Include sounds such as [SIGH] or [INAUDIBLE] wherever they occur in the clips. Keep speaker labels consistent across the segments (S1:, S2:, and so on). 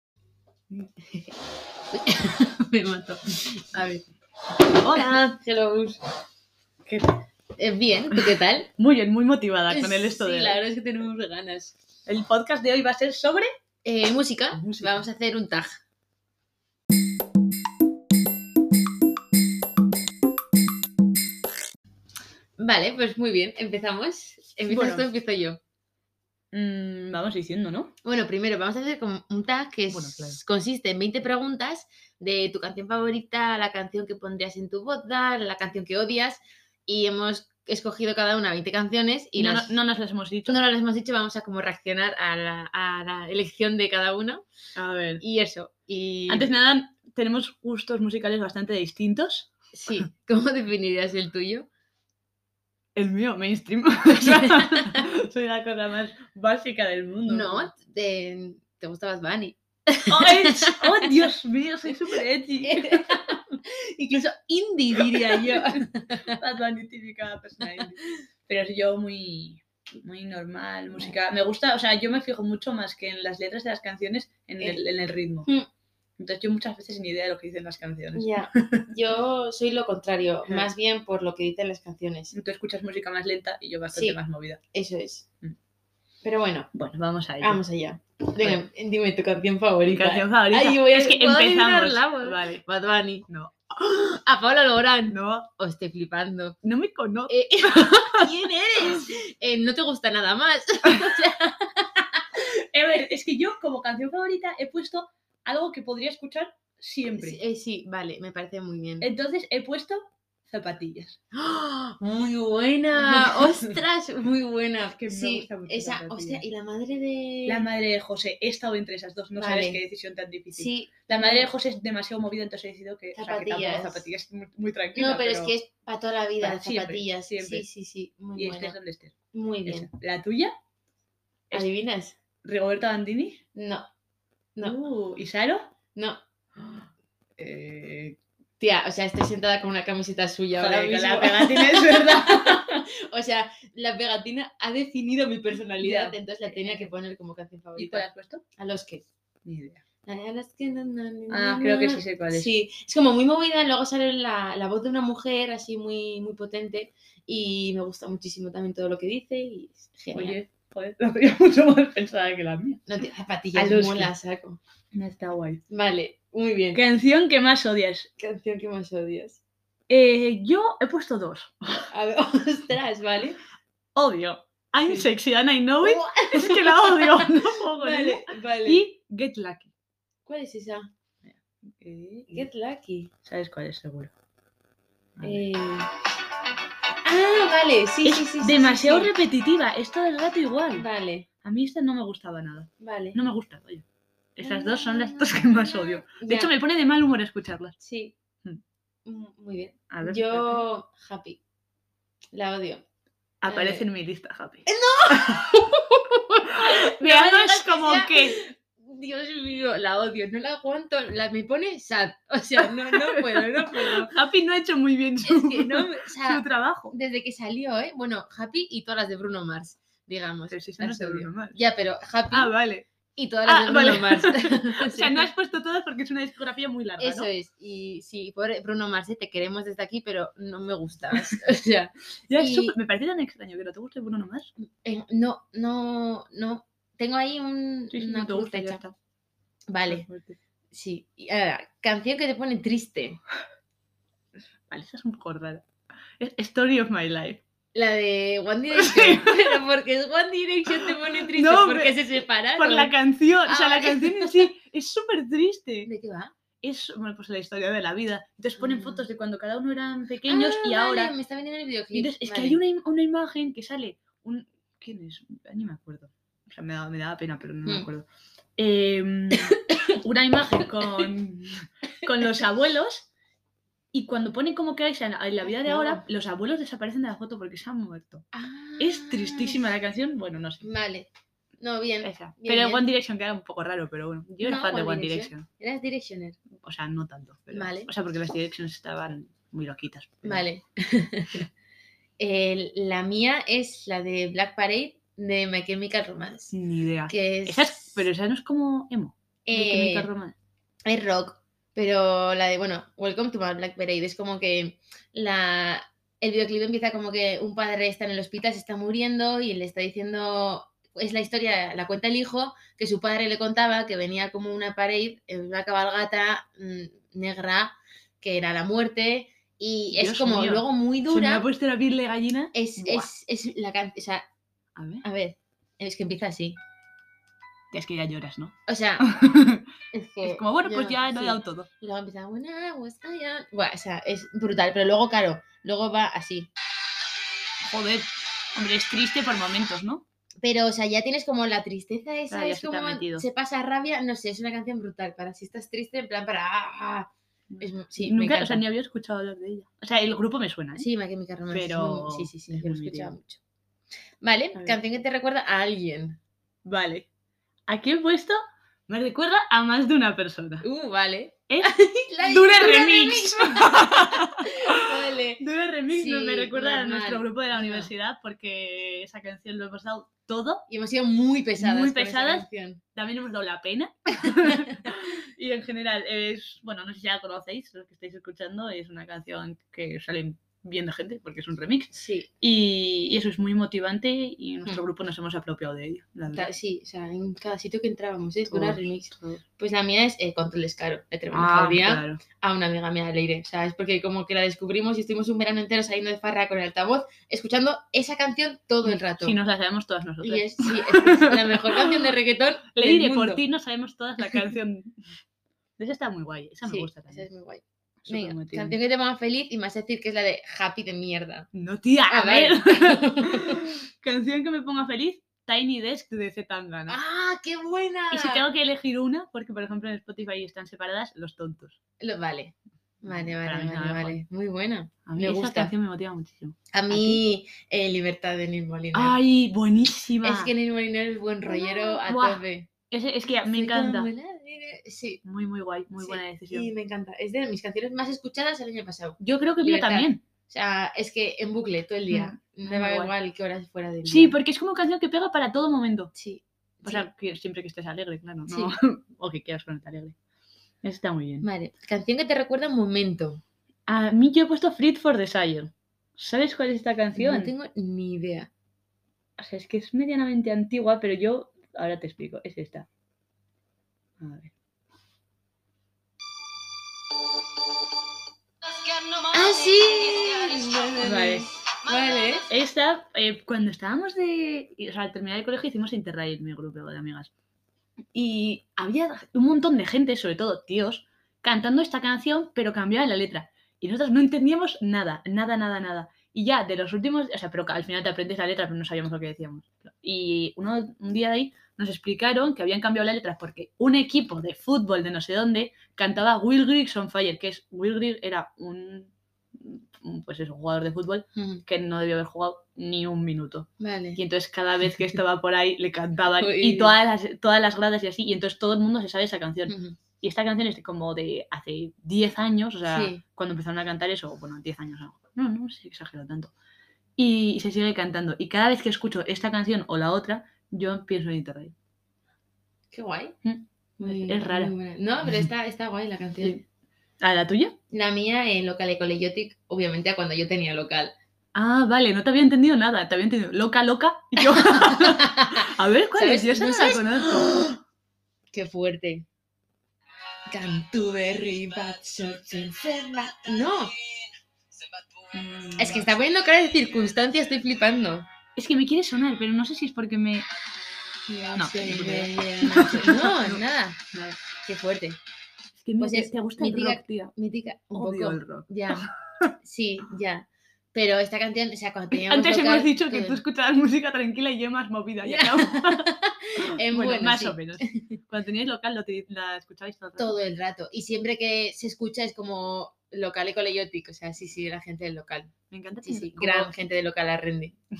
S1: [LAUGHS] Me mato. A ver. Hola, hello.
S2: Que
S1: Eh, Bien, ¿tú qué tal?
S2: Muy bien, muy motivada [LAUGHS] con el esto
S1: sí,
S2: de...
S1: la verdad es que tenemos ganas.
S2: El podcast de hoy va a ser sobre...
S1: Eh, música.
S2: Música.
S1: Vamos a hacer un tag. Vale, pues muy bien, empezamos. ¿Empiezas
S2: Bueno.
S1: tú, empiezo yo?
S2: Mm, vamos diciendo, ¿no?
S1: Bueno, primero vamos a hacer como un tag que es-
S2: Bueno, claro.
S1: consiste en 20 preguntas de tu canción favorita, la canción que pondrías en tu boda, la canción que odias y hemos escogido cada una 20 canciones y
S2: no,
S1: las-
S2: no- no nos las hemos dicho.
S1: no las hemos dicho, vamos a como reaccionar a la, a la elección de cada una
S2: A ver.
S1: y eso. Y
S2: Antes de nada, tenemos gustos musicales bastante distintos.
S1: sí, [LAUGHS] ¿cómo definirías el tuyo?
S2: El mío,
S1: [LAUGHS]
S2: mainstream. [LAUGHS] O sea, Soy la cosa más básica del mundo.
S1: No, te, te gusta Bad Bunny.
S2: ¡Oh, es- oh, Dios mío! Soy súper edgy.
S1: [LAUGHS] Incluso indie diría yo.
S2: [LAUGHS] Bad Bunny, típica persona indie. Pero soy yo muy, muy normal, música. Me gusta, o sea, yo me fijo mucho más que en las letras de las canciones, en el, en el ritmo.
S1: Mm.
S2: Entonces yo muchas veces ni idea de lo que dicen las canciones.
S1: [LAUGHS] Ya, yo soy lo contrario,
S2: Ajá.
S1: más bien por lo que dicen las canciones.
S2: Tú escuchas música más lenta y yo bastante
S1: Sí.
S2: más movida.
S1: Eso es.
S2: Mm.
S1: Pero bueno,
S2: Bueno, vamos a ello.
S1: vamos allá. Venga, dime tu canción favorita.
S2: favorita.
S1: Ay, voy a-
S2: es que
S1: puedo
S2: empezamos.
S1: adivinarla, bueno.
S2: Vale.
S1: Bad Bunny.
S2: No.
S1: A Paula Lorán.
S2: No,
S1: Os estoy flipando.
S2: no me conozco.
S1: Eh, [LAUGHS] ¿Quién eres? Eh, no te gusta nada más.
S2: A ver, es que yo como canción favorita he puesto algo que podría escuchar siempre.
S1: Sí, eh, sí, vale, me parece muy bien.
S2: Entonces he puesto zapatillas.
S1: ¡Ah! Muy [LAUGHS] buena, ostras, muy buena.
S2: Es que me
S1: sí,
S2: gusta mucho
S1: esa,
S2: Zapatilla.
S1: hostia, y la madre de.
S2: La madre de José, he estado entre esas dos, no sabes
S1: Vale.
S2: qué decisión tan difícil.
S1: Sí,
S2: La madre de José es demasiado movida, entonces he decidido que, o sea, que tampoco
S1: Zapatillas.
S2: zapatillas muy, muy
S1: no,
S2: tranquila.
S1: pero, es que es para toda la vida,
S2: para
S1: las
S2: siempre,
S1: zapatillas.
S2: siempre.
S1: Sí, sí, sí, muy
S2: Y
S1: buena.
S2: estés donde estés.
S1: Muy
S2: Esa.
S1: bien.
S2: La tuya, Es-
S1: ¿Adivinas?
S2: Rigoberta Bandini.
S1: No, No.
S2: Uh, ¿Y Saro?
S1: no.
S2: Eh,
S1: Tía, o sea, estoy sentada con una camiseta suya ahora
S2: joder, con la
S1: mismo.
S2: pegatina es verdad.
S1: o sea, la pegatina ha definido mi personalidad,
S2: Ya.
S1: entonces la tenía que poner como canción
S2: [LAUGHS] ¿Y cuál
S1: favorita.
S2: has puesto?
S1: A los que.
S2: Ni idea.
S1: A los que. na, na, na,
S2: Ah,
S1: na,
S2: creo que
S1: na.
S2: sí sé cuál es.
S1: Sí, es como muy movida, luego sale la, la voz de una mujer así muy, muy potente y me gusta muchísimo también todo lo que dice y es genial.
S2: Oye, joder, la tuya es [LAUGHS] mucho más pensada que la mía.
S1: No tiene zapatillas,
S2: A los
S1: mola,
S2: que-
S1: saco.
S2: No está guay.
S1: Vale, muy bien.
S2: Canción que más odias.
S1: canción que más odias?
S2: Eh, yo he puesto dos.
S1: A ver, [LAUGHS] ostras, ¿vale?
S2: Odio. I'm
S1: Sí.
S2: sexy and I [LAUGHS] know it. Es que la odio. No
S1: [LAUGHS]
S2: puedo con
S1: vale,
S2: ella.
S1: vale.
S2: Y Get Lucky.
S1: ¿Cuál es esa?
S2: Eh,
S1: Get Lucky.
S2: ¿Sabes cuál es seguro?
S1: Eh, Ah, vale, sí,
S2: Es
S1: sí, sí. sí, sí,
S2: demasiado
S1: sí.
S2: repetitiva. Esto del gato igual.
S1: Vale,
S2: A mí esta no me gustaba nada.
S1: vale. Mm,
S2: No me gusta, oye. Esas dos son las dos que más odio. De
S1: Ya,
S2: hecho, me pone de mal humor escucharlas.
S1: Sí.
S2: Mm.
S1: Mm, Muy bien.
S2: A ver, espérate.
S1: Yo, Happy. La odio.
S2: Aparece
S1: eh.
S2: en mi lista, Happy. [LAUGHS] ¡No!
S1: No me digas
S2: Veamos
S1: que
S2: como
S1: sea-
S2: que...
S1: Dios mío, la odio, no la aguanto, la, me pone sad. O sea, no, no puedo, no puedo.
S2: Happy no ha hecho muy bien
S1: [LAUGHS]
S2: su,
S1: Es que no, me- o sea,
S2: su trabajo.
S1: desde que salió, ¿eh? Bueno, Happy y todas las de Bruno Mars, digamos.
S2: Pero si eso
S1: las
S2: no es de
S1: odio.
S2: Bruno Mars.
S1: Ya, pero Happy
S2: Ah, vale.
S1: y todas las
S2: Ah,
S1: de
S2: vale.
S1: Bruno Mars.
S2: [LAUGHS] O sea,
S1: [LAUGHS]
S2: no has puesto todas porque es una discografía muy larga,
S1: Eso
S2: ¿no?
S1: es. Y sí, pobre Bruno Mars, eh, te queremos desde aquí, pero no me gustas. [LAUGHS] O sea,
S2: Ya es
S1: Y-
S2: súper- Me parece tan extraño que no te guste Bruno Mars.
S1: eh, no, no, no. Tengo ahí un,
S2: Sí, sí,
S1: una
S2: no te gusta, ya
S1: cruz hecha.
S2: está.
S1: Vale, sí. Y ahora, canción que te pone triste.
S2: Vale, esa es un poco rara. Es Story of My Life.
S1: La de One
S2: [LAUGHS]
S1: Direction. Pero porque es One Direction te pone triste,
S2: No,
S1: porque
S2: hombre,
S1: se separaron.
S2: Por la canción, o sea,
S1: Ah.
S2: la canción en sí es súper triste.
S1: ¿De qué va?
S2: Es, bueno, pues la historia de la vida. Entonces
S1: Ah.
S2: ponen fotos de cuando cada uno eran pequeños y
S1: Ah, vale,
S2: ahora.
S1: Me está vendiendo el videoclip.
S2: Entonces, es que
S1: vale.
S2: hay una, im- una imagen que sale. Un... ¿Quién es? Ya Ni me acuerdo. O sea, me daba, me daba pena, pero no
S1: Mm.
S2: me acuerdo.
S1: [COUGHS]
S2: Em, una imagen con, con los abuelos. Y cuando ponen como que es en en la vida de ahora, los abuelos desaparecen de la foto porque se han muerto.
S1: Ah,
S2: Es tristísima la canción. Bueno, no sé.
S1: Vale. No, bien.
S2: Esa.
S1: Bien,
S2: pero
S1: bien.
S2: One Direction queda un poco raro, pero bueno. Yo
S1: No,
S2: era fan de
S1: One
S2: One
S1: Direction.
S2: Direction.
S1: Eras Directioner.
S2: O sea, no tanto. Pero,
S1: Vale.
S2: O sea, porque las Directions estaban muy loquitas. pero-
S1: Vale. [LAUGHS] El- la mía es la de Black Parade de My Chemical Romance.
S2: Ni idea.
S1: Que es.
S2: Esa es- pero esa no es como emo.
S1: eh,
S2: de Chemical Romance.
S1: es rock, pero la de, bueno, Welcome to my Black Parade es como que la, el videoclip empieza como que un padre está en el hospital, se está muriendo y le está diciendo, es la historia, la cuenta el hijo, que su padre le contaba que venía como una pared, en una cabalgata mm, negra, que era la muerte, y es
S2: Dios
S1: como
S2: mío,
S1: luego muy
S2: Se me ha
S1: dura. Eh,
S2: puesto la piel de gallina.
S1: Es,
S2: Buah.
S1: es, es la canción, o sea,
S2: A ver.
S1: a ver, es que empieza así.
S2: Ya es que ya lloras,
S1: [LAUGHS]
S2: ¿no?
S1: O sea, es que...
S2: Ah, es como, bueno,
S1: Eh, yo
S2: pues
S1: no-
S2: ya lo he
S1: sí.
S2: dado todo.
S1: Y luego empieza, "When I was young". Buah, o sea, es brutal, pero luego, claro, luego va así.
S2: Joder. Hombre, es triste por momentos, ¿no?
S1: Pero, o sea, ya tienes como la tristeza esa,
S2: Claro, ya
S1: es
S2: se te ha
S1: como
S2: metido.
S1: se pasa rabia, no sé, es una canción brutal, para si estás triste, en plan para... ah, ah. Es mu- sí, me
S2: Nunca, o
S1: encanta.
S2: sea, ni había escuchado hablar de ella. O sea, el grupo me suena, ¿eh?
S1: Sí, My Chemical Romance, es muy
S2: Pero
S1: bu- Sí, sí, sí,
S2: es
S1: yo lo
S2: muy
S1: escuchaba
S2: mítico.
S1: mucho. Vale,
S2: A ver.
S1: canción que te recuerda a alguien.
S2: Vale. Aquí he puesto me recuerda a más de
S1: [LAUGHS]
S2: una persona.
S1: Uh, vale.
S2: Es
S1: La-
S2: Dura Remix.
S1: vale.
S2: [LAUGHS] Dura Remix no me
S1: Sí,
S2: recuerda a
S1: normal.
S2: nuestro grupo de la
S1: No.
S2: universidad porque esa canción lo hemos dado todo.
S1: Y hemos sido muy pesadas.
S2: Muy
S1: con esa
S2: pesadas.
S1: canción.
S2: También hemos dado la
S1: [LAUGHS]
S2: pena. y en general es, bueno, no sé si ya la conocéis, los que estáis escuchando, es una canción que sale bien de gente porque es un remix.
S1: Sí,
S2: Y, y eso es muy motivante y en nuestro grupo nos hemos apropiado de ello. la verdad.
S1: ta- Mm. sí, o sea, en cada sitio que entrábamos, es Dura
S2: Todos,
S1: Remix.
S2: todos.
S1: Pues la mía es eh, Control Escaro, de Tremendo
S2: Ah,
S1: Jauría,
S2: claro.
S1: a una amiga mía de Leire. O sea, es porque como que la descubrimos y estuvimos un verano entero saliendo de farra con el altavoz, escuchando esa canción todo el rato.
S2: Si nos la sabemos todas nosotras.
S1: y es, sí, es la mejor canción de
S2: [LAUGHS]
S1: reggaetón.
S2: Le
S1: del
S2: diré por
S1: mundo.
S2: ti, no sabemos todas la
S1: [LAUGHS]
S2: canción. Esa está muy guay, esa me
S1: Sí,
S2: gusta
S1: esa
S2: también.
S1: es muy guay.
S2: súper
S1: Venga,
S2: motivante.
S1: canción que te ponga feliz y me vas a decir que es la de Happy de mierda.
S2: No, tía, a,
S1: Ah,
S2: ver.
S1: vale.
S2: [LAUGHS] canción que me ponga feliz, Tiny Desk de Zetangana.
S1: ¡Ah, qué buena!
S2: Y si tengo que elegir una, porque por ejemplo en Spotify están separadas, Los Tontos.
S1: Lo- vale. Vale,
S2: Mm, Para
S1: vale,
S2: mí es
S1: vale,
S2: la mejor.
S1: vale. Muy buena.
S2: A mí
S1: Me
S2: esa
S1: gusta.
S2: canción me motiva muchísimo.
S1: A mí, eh, Libertad de Neil Molina.
S2: ¡Ay, buenísima!
S1: es que Neil Molina es buen rollero a
S2: Buah,
S1: tope.
S2: Es, es que me
S1: Soy
S2: encanta.
S1: como el aire. Sí,
S2: Muy, muy guay, muy
S1: Sí,
S2: buena decisión.
S1: Y me encanta. Es de mis canciones más escuchadas el año pasado.
S2: Yo creo que mía
S1: Libertad.
S2: también.
S1: O sea, es que en bucle todo el día.
S2: muy
S1: me va
S2: guay.
S1: igual qué horas fuera del
S2: Mm, Sí,
S1: día.
S2: porque es como canción que pega para todo momento.
S1: Sí.
S2: O
S1: sí.
S2: sea, que siempre que estés alegre, claro. ¿no?
S1: Sí.
S2: [LAUGHS] o que quieras ponerte alegre. Está muy bien.
S1: Vale. Canción que te recuerda un momento.
S2: A mí yo he puesto Fruit for Desire. ¿Sabes cuál es esta canción?
S1: No tengo ni idea.
S2: O sea, es que es medianamente antigua, pero yo ahora te explico. Es esta. A ver.
S1: ¡Ah, sí!
S2: Vale.
S1: Vale.
S2: Esta, eh, cuando estábamos de. O sea, al terminar el colegio hicimos Interrail, mi grupo de amigas. Y había un montón de gente, sobre todo tíos, cantando esta canción, pero cambiaba la letra. Y nosotros no entendíamos nada, nada, nada, nada. Y ya de los últimos, o sea, pero al final te aprendes la letra, pero no sabíamos lo que decíamos. Y uno, un día de ahí nos explicaron que habían cambiado la letra porque un equipo de fútbol de no sé dónde cantaba Will Griggs on Fire, que es Will Griggs era un, un- pues es un jugador de fútbol
S1: Mm,
S2: que no debió haber jugado ni un minuto.
S1: Vale.
S2: Y entonces cada vez
S1: [LAUGHS]
S2: que estaba por ahí le cantaban
S1: Uy. Mm.
S2: y todas las, todas las gradas y así, y entonces todo el mundo se sabe esa canción.
S1: Ujú.
S2: Y esta canción es de como de hace 10 años, o sea,
S1: Sí.
S2: cuando empezaron a cantar eso, bueno, 10 años algo. No, no, se exageró tanto. Y, se sigue cantando. Y cada vez que escucho esta canción o la otra, yo pienso en Interrail.
S1: Qué guay.
S2: Mm.
S1: Muy-
S2: Es rara.
S1: muy buena. No,
S2: [LAUGHS]
S1: pero está, está guay la canción.
S2: Sí. ¿A la tuya?
S1: La mía en local Ecoleyotic, obviamente a cuando yo tenía local. [LAUGHS]
S2: Ah, vale, no te había entendido nada. Te había entendido loca, loca. Y
S1: [LAUGHS]
S2: yo, a ver, ¿cuál
S1: ¿Sabes?
S2: es? Yo esa
S1: ¿No
S2: no la
S1: sabes?
S2: conozco.
S1: [GASPS] Qué fuerte. Cantuberry Batshot enferma. No, es que está poniendo cara de circunstancia, estoy flipando.
S2: Es que me quiere sonar, pero no sé si es porque me. No, ni puta idea.
S1: no,
S2: No.
S1: nada.
S2: Nada.
S1: Qué fuerte.
S2: Es que
S1: Pues
S2: me-
S1: es
S2: te gusta el
S1: mítica-
S2: rock, tía.
S1: Mítica, un
S2: Odio
S1: poco.
S2: el rock.
S1: [LAUGHS] Ya. Sí, ya. Pero esta canción, o sea, cuando teníamos
S2: Antes
S1: local,
S2: hemos dicho que
S1: todo-
S2: tú escuchabas [LAUGHS] música tranquila y yo más movida. Y
S1: Ya. [LAUGHS]
S2: acabo.
S1: Eh,
S2: bueno,
S1: bueno,
S2: más
S1: sí.
S2: o menos. Cuando teníais local lo te- la escuchabais todo el rato.
S1: todo el rato. Y siempre que se escucha es como local ecoleyotic, o sea, sí, sí, la gente del local.
S2: Me encanta
S1: Sí,
S2: tener,
S1: sí,
S2: como-
S1: gran gente del local arrende.
S2: me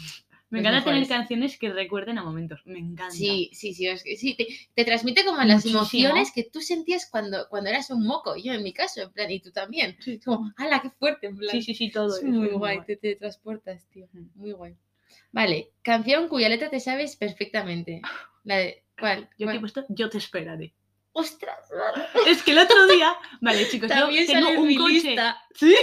S1: los
S2: encanta tener
S1: mejores.
S2: canciones que recuerden a momentos. Me encanta.
S1: Sí, sí, sí, es que sí, te, te transmite como las
S2: Muchísimo.
S1: emociones que tú sentías cuando, cuando eras un moco, yo en mi caso, en plan, y tú también.
S2: Sí.
S1: Es como, ¡hala, qué fuerte! En plan,
S2: sí, sí, sí, todo.
S1: es
S2: eso,
S1: muy, guay, Te, te transportas, tío,
S2: Mm.
S1: muy guay. Vale, canción cuya letra te sabes perfectamente. La de, ¿cuál?
S2: Yo aquí he
S1: ¿Cuál?
S2: puesto Yo te esperaré.
S1: ¡Ostras!
S2: Es que el otro día. Vale, chicos, yo
S1: También sale
S2: tengo
S1: en
S2: un
S1: mi
S2: coche.
S1: lista.
S2: [LAUGHS] Sí.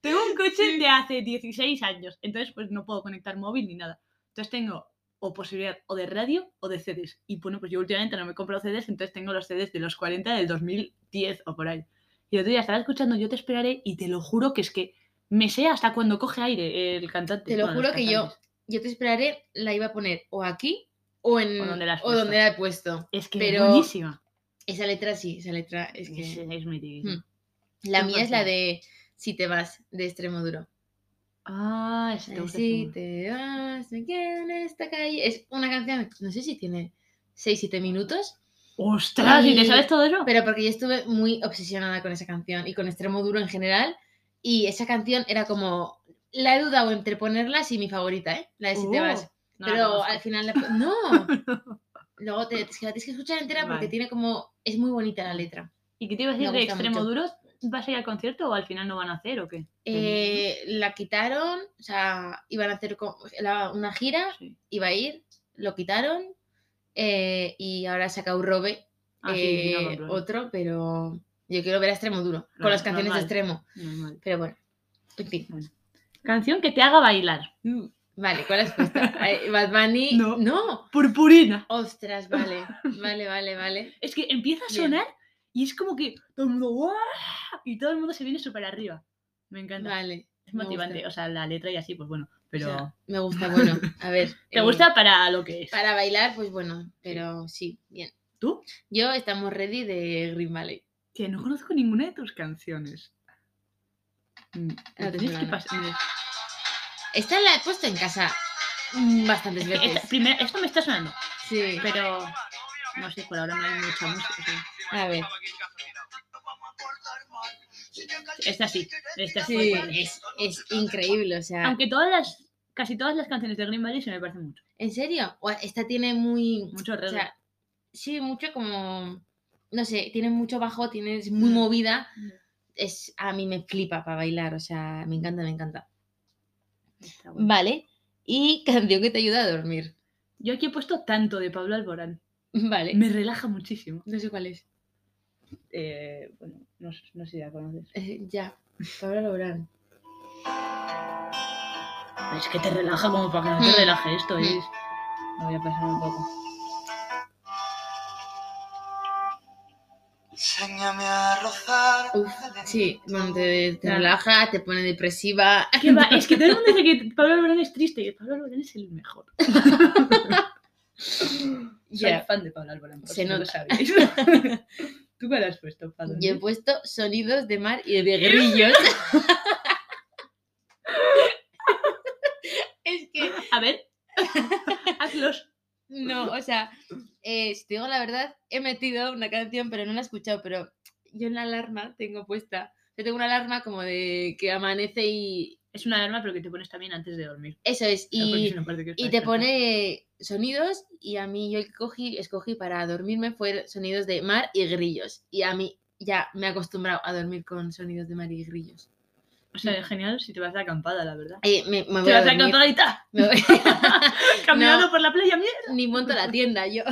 S2: tengo un coche
S1: Sí.
S2: de hace 16 años. Entonces, pues no puedo conectar móvil ni nada. Entonces tengo o posibilidad o de radio o de CDs. Y bueno, pues yo últimamente no me compro CDs, entonces tengo los CDs de los 40 del 2010 o por ahí. Y el otro día estaba escuchando Yo te esperaré y te lo juro que es que me sé hasta cuando coge aire el cantante.
S1: Te lo
S2: Bueno, los
S1: juro que yo,
S2: cantantes.
S1: yo te esperaré, la iba a poner o aquí o en
S2: O donde la has
S1: o donde
S2: puesto.
S1: la he puesto.
S2: Es que
S1: pero-
S2: es buenísima.
S1: Esa letra sí, esa letra es que.
S2: Es, es mitiquísima.
S1: Hmm. La mía es la
S2: 100%.
S1: de Si te vas, de extremo duro.
S2: Ah, ese te
S1: Eh,
S2: gusta
S1: Si
S2: este
S1: te vas, me quedo en esta calle. Es una canción, no sé si tiene 6-7 minutos,
S2: mucho. ¡Ostras! ¿Y te
S1: Y-
S2: sabes todo eso?
S1: pero porque yo estuve muy obsesionada con esa canción y con Extremo Duro en general. Y esa canción era como. La he dudado entre ponerlas y mi favorita, ¿eh? La de Si te
S2: Oh,
S1: vas.
S2: no la
S1: pero
S2: conozco.
S1: al final
S2: [LAUGHS]
S1: la. pu- ¡No! Luego te, es que la tienes que escuchar entera porque
S2: Vale.
S1: tiene como. Es muy bonita la letra.
S2: ¿Y qué te iba a
S1: me
S2: decir de
S1: gusta
S2: extremo
S1: mucho.
S2: duro? ¿Vas a ir al concierto o al final no van a hacer o qué?
S1: Eh, la quitaron, o sea, iban a hacer co- la- una gira
S2: Sí.
S1: iba a ir, lo quitaron eh, y ahora ha sacado Robe,
S2: Ah, sí, no,
S1: eh,
S2: claro,
S1: otro, pero yo quiero ver a Extremo Duro,
S2: No,
S1: con las canciones
S2: normal.
S1: de Extremo,
S2: normal.
S1: pero bueno, en fin.
S2: Canción que te haga bailar.
S1: Vale, ¿cuál has puesto?
S2: [LAUGHS]
S1: Ay, Bad Bunny,
S2: Mm. No.
S1: no.
S2: Purpurina.
S1: Ostras, vale, vale, vale, vale.
S2: [LAUGHS] Es que empieza a
S1: Bien.
S2: sonar y es como que todo el mundo "Uah", y todo el mundo se viene súper arriba. Me encanta.
S1: Vale.
S2: es
S1: me gusta.
S2: motivante. O sea, la letra y así, pues bueno.
S1: O
S2: Pero.
S1: sea, me gusta, bueno, a ver.
S2: [LAUGHS] ¿Te
S1: eh,
S2: gusta para lo que es?
S1: Para bailar, pues bueno, pero sí, bien.
S2: ¿Tú?
S1: Yo estamos ready de Green Valley.
S2: Que no conozco ninguna de tus canciones. Mm, me
S1: No te
S2: tenéis que
S1: suena, ¿no?
S2: pas- me-
S1: Esta la he puesto en casa mm, bastantes
S2: Esta,
S1: veces.
S2: primero, esto me está sonando,
S1: Sí,
S2: pero no sé, por ahora no hay mucha música. o sea,
S1: a ver.
S2: Esta sí, esta
S1: Sí,
S2: sí.
S1: es, es increíble, o sea,
S2: Aunque todas las, casi todas las canciones de Green Valley se me parecen mucho.
S1: ¿en serio? Guau, Esta tiene muy,
S2: Mucho
S1: o
S2: reggae.
S1: sea, sí, mucho como, no sé, tiene mucho bajo, tiene, es muy movida, es, a mí me flipa para bailar, o sea, me encanta, me encanta.
S2: Está bueno.
S1: Vale, y [LAUGHS] canción que te ayuda a dormir, [LAUGHS]
S2: Yo aquí he puesto tanto de Pablo Alborán.
S1: vale.
S2: Me relaja muchísimo.
S1: No sé cuál es,
S2: Eh, bueno, no, sé- no sé si la conoces.
S1: [LAUGHS] Eh, ya, Pablo Lorán.
S2: Es que te relaja como para que no
S1: Mm.
S2: te relaje esto. ¿eh?
S1: Mm.
S2: Es... Me voy a pasar un poco.
S3: Enséñame a rozar.
S1: Uf, sí, bueno, te, te relaja, te pone depresiva,
S2: Que
S1: [LAUGHS]
S2: va, es que todo el mundo dice que Pablo Alborán es triste y Pablo Alborán es el [LAUGHS] mejor.
S1: ya.
S2: Soy fan de Pablo Alborán, por
S1: Se
S2: si no lo
S1: nota.
S2: [LAUGHS] sabéis. ¿Tú cuál has puesto, Pablo?
S1: Yo he puesto sonidos de mar y de grillos. es que
S2: A ver, [LAUGHS] hazlos.
S1: no, o sea, eh, si te digo la verdad, he metido una canción, pero no la he escuchado, pero yo en la alarma tengo puesta. Yo tengo una alarma como de que amanece y.
S2: Es una alarma, pero que te pones también antes de dormir.
S1: Eso es.
S2: O sea, porque
S1: Y,
S2: si no parece que es
S1: y
S2: para
S1: te
S2: despertar.
S1: pone sonidos. Y a mí, yo el que cogí, escogí para dormirme fue sonidos de mar y grillos. Y a mí ya me he acostumbrado a dormir con sonidos de mar y grillos.
S2: O sea, genial si te vas de acampada, la verdad.
S1: Eh, me, me voy
S2: Te
S1: a
S2: vas de
S1: dormir,
S2: acampada y ¡ta!
S1: me
S2: [LAUGHS]
S1: voy- [LAUGHS]
S2: Caminando
S1: No.
S2: por la playa, mierda.
S1: Ni monto la tienda
S2: [LAUGHS]
S1: yo.